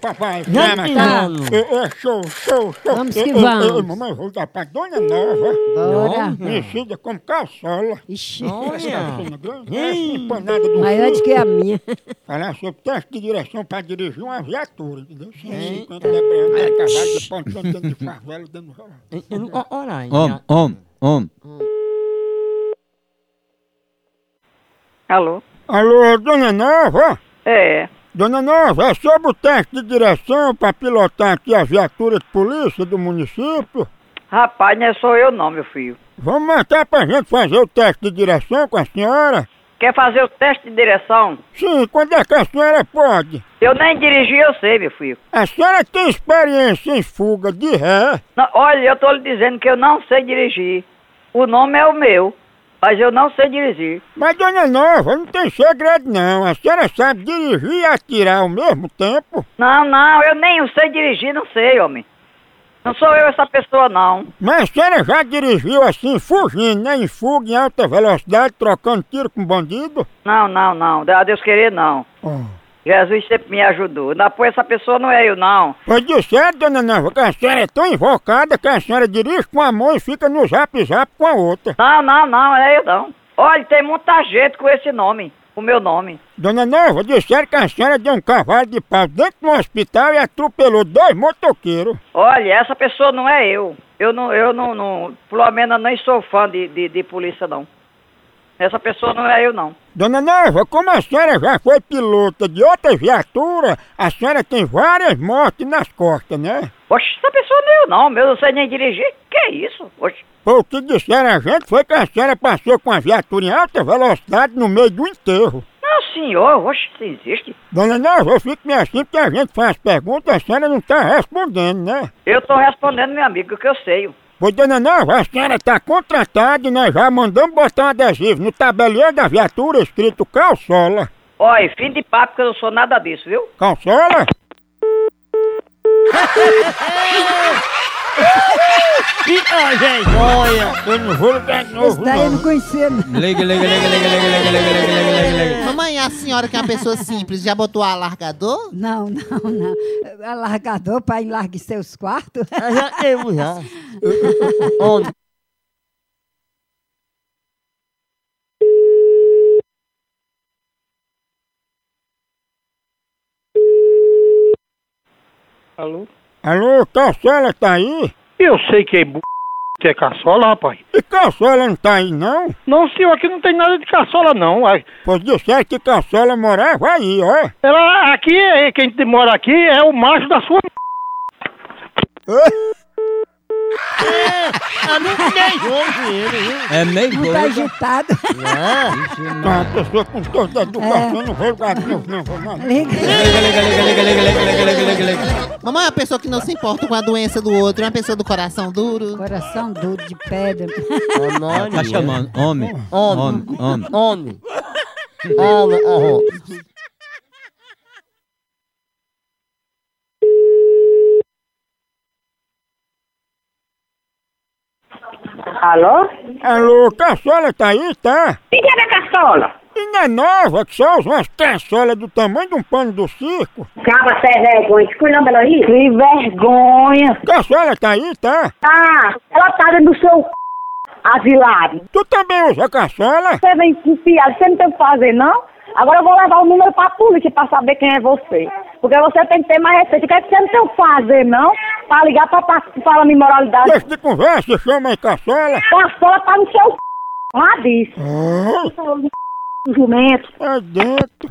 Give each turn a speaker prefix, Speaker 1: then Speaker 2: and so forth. Speaker 1: papai.
Speaker 2: Vamos
Speaker 1: Chama,
Speaker 2: que
Speaker 1: chama.
Speaker 2: vamos.
Speaker 1: Eu, eu, show, show, show.
Speaker 2: Vamos
Speaker 1: Eu-
Speaker 2: que
Speaker 1: eu- eu-
Speaker 2: vamos. Hum.
Speaker 1: Mamãe, eu vou dar pra Dona Nova,
Speaker 2: Bora.
Speaker 1: mexida como calçola.
Speaker 2: Ixi.
Speaker 1: Cena grande, é empanada do
Speaker 2: Hum. Maior do que a minha.
Speaker 1: Falar sobre teste de direção para dirigir uma viatura, entendeu? 150 debreados, cavalo de ponte, é dentro de favela, dando rolado.
Speaker 3: Om, om, om.
Speaker 4: Alô?
Speaker 1: Alô, Dona Nova?
Speaker 4: É.
Speaker 1: Dona Nova, é sobre o teste de direção para pilotar aqui a viatura de polícia do município?
Speaker 4: Rapaz, não é só eu não, meu filho.
Speaker 1: Vamos marcar pra gente fazer o teste de direção com a senhora?
Speaker 4: Quer fazer o teste de direção?
Speaker 1: Sim, quando é que a senhora pode?
Speaker 4: Eu nem dirigi, eu sei, meu filho.
Speaker 1: A senhora tem experiência em fuga de ré?
Speaker 4: Não, olha, eu tô lhe dizendo que eu não sei dirigir. O nome é o meu, mas eu não sei dirigir.
Speaker 1: Mas, Dona Nova, não tem segredo não. A senhora sabe dirigir e atirar ao mesmo tempo?
Speaker 4: Não, não, eu nem sei dirigir, não sei, homem. Não sou eu essa pessoa, não.
Speaker 1: Mas a senhora já dirigiu assim, fugindo, né? Em fuga, em alta velocidade, trocando tiro com bandido?
Speaker 4: Não, não, não. A Deus querer, não.
Speaker 1: Oh.
Speaker 4: Jesus sempre me ajudou. Não, pô, essa pessoa não é eu, não.
Speaker 1: Pois disseram, Dona Nova, que a senhora é tão invocada que a senhora dirige com a mão e fica no zap-zap com a outra.
Speaker 4: Não, não, não, é eu, não. Olha, tem muita gente com esse nome, o meu nome.
Speaker 1: Dona Nova, disseram que a senhora deu um cavalo de pau dentro de um hospital e atropelou dois motoqueiros.
Speaker 4: Olha, essa pessoa não é eu. Eu não, eu não, não pelo menos eu nem sou fã de, de, de polícia, não. Essa pessoa não é eu, não.
Speaker 1: Dona Nova, como a senhora já foi pilota de outra viatura, a senhora tem várias mortes nas costas, né?
Speaker 4: Oxe, essa pessoa não é eu, não. Meu, eu não sei nem dirigir. Que é isso? Oxe.
Speaker 1: Foi o que disseram a gente foi que a senhora passou com a viatura em alta velocidade no meio do enterro.
Speaker 4: Não, senhor. Oxe, isso existe.
Speaker 1: Dona Nova, eu fico meio assim porque a gente faz perguntas, a senhora não tá respondendo, né?
Speaker 4: Eu tô respondendo, meu amigo, o que eu sei.
Speaker 1: Pois, dona Nova, a senhora tá contratada e nós já mandamos botar um adesivo no tabelião da viatura escrito calçola.
Speaker 4: Olha, fim de papo que eu não sou nada disso, viu?
Speaker 1: Calçola? Olha, eu não vou lugar
Speaker 2: Esse
Speaker 1: novo,
Speaker 2: daí eu
Speaker 1: não.
Speaker 2: não conhecia, não.
Speaker 3: Liga, liga, liga, liga, liga, liga, liga, liga, liga, liga, liga.
Speaker 5: Mamãe, a senhora que é uma pessoa simples, já botou alargador?
Speaker 2: Não, não, não. Alargador para enlarguecer os quartos?
Speaker 6: Alô?
Speaker 1: Alô, Calçola tá aí?
Speaker 6: Eu sei que é b... que é caçola, rapaz.
Speaker 1: E Calçola não tá aí, não?
Speaker 6: Não, senhor, aqui não tem nada de caçola, não. A-
Speaker 1: Pois disseram que Calçola morava aí, ó.
Speaker 6: Ela, aqui, é- quem mora aqui é o macho da sua... m****.
Speaker 3: É meio
Speaker 2: Muito
Speaker 3: doido.
Speaker 2: agitado.
Speaker 1: Tá, a pessoa com toda a educação, não vou lugar novo, não, vou não.
Speaker 2: Liga.
Speaker 3: Liga, liga, liga, liga, liga, liga, liga, liga, liga, liga.
Speaker 5: Mamãe é uma pessoa que não se importa com a doença do outro, é uma pessoa do coração duro.
Speaker 2: Coração duro de pedra.
Speaker 3: Tá chamando. Homem, homem, homem.
Speaker 4: Alô?
Speaker 1: Alô, Calçola tá aí, tá?
Speaker 4: Quem é da caçola?
Speaker 1: E não é nova, que só usa umas calçolas do tamanho de um pano do circo?
Speaker 4: Acaba sem é vergonha. Escolha ela aí. Que vergonha.
Speaker 1: Calçola tá aí, tá?
Speaker 4: Ah, ela tá dentro do seu c... asilado.
Speaker 1: Tu também usa calçola?
Speaker 4: Você vem com piada, você não tem o que fazer, não? Agora eu vou levar o número pra polícia pra saber quem é você. Porque você tem que ter mais respeito. Quer que você não tem o que fazer, não? Pra ligar pra, pra falar de moralidade.
Speaker 1: Deixa de conversa, chama aí calçola.
Speaker 4: Pastora tá no seu c... Lá disse.
Speaker 1: Oh,
Speaker 4: Jumento.
Speaker 1: tá dentro.